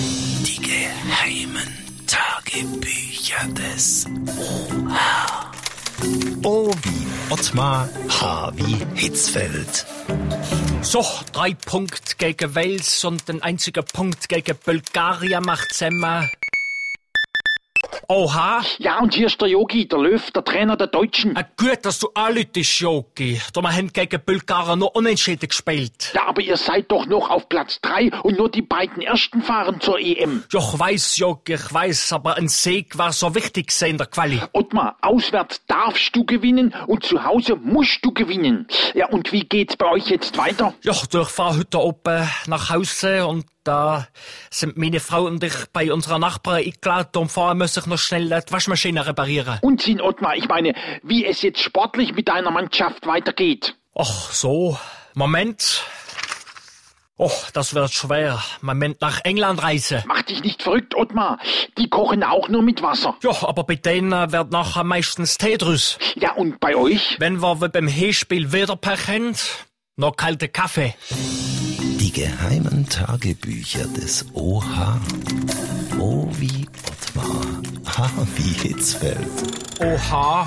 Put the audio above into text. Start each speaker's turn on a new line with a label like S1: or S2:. S1: Die geheimen Tagebücher des OH. O wie Ottmar, H wie Hitzfeld.
S2: So, drei Punkte gegen Wales und ein einziger Punkt gegen Bulgarien macht Semmer. Oha,
S3: Ja, und hier ist der Yogi, der Löw, der Trainer der Deutschen.
S2: ah, gut, dass du anlütest, Jogi. Da wir haben gegen Bulgarien noch unentschieden gespielt.
S3: Ja, aber ihr seid doch noch auf Platz drei und nur die beiden ersten fahren zur E EM.
S2: Ja, ich weiß, Jogi, ich weiß, aber ein Sieg war so wichtig gewesen in der Quali.
S3: Ottmar, auswärts darfst du gewinnen und zu Hause musst du gewinnen. Ja, und wie geht's bei euch jetzt weiter?
S2: Ja, du, ich fahr heute oben nach Hause und da sind meine Frau und ich bei unserer Nachbarin eingeladen und vorher muss ich noch schnell die Waschmaschine reparieren.
S3: Unsinn, Ottmar, ich meine, wie es jetzt sportlich mit deiner Mannschaft weitergeht.
S2: Ach so, Moment. Och, das wird schwer. Moment, nach England reisen.
S3: Mach dich nicht verrückt, Ottmar. Die kochen auch nur mit Wasser.
S2: Ja, aber bei denen wird nachher meistens Tee draus.
S3: Ja, und bei euch?
S2: Wenn wir wie beim Hinspiel wieder Pech haben, noch kalten Kaffee.
S1: Die geheimen Tagebücher des OH. O wie Ottmar, H wie Hitzfeld.
S2: Oha,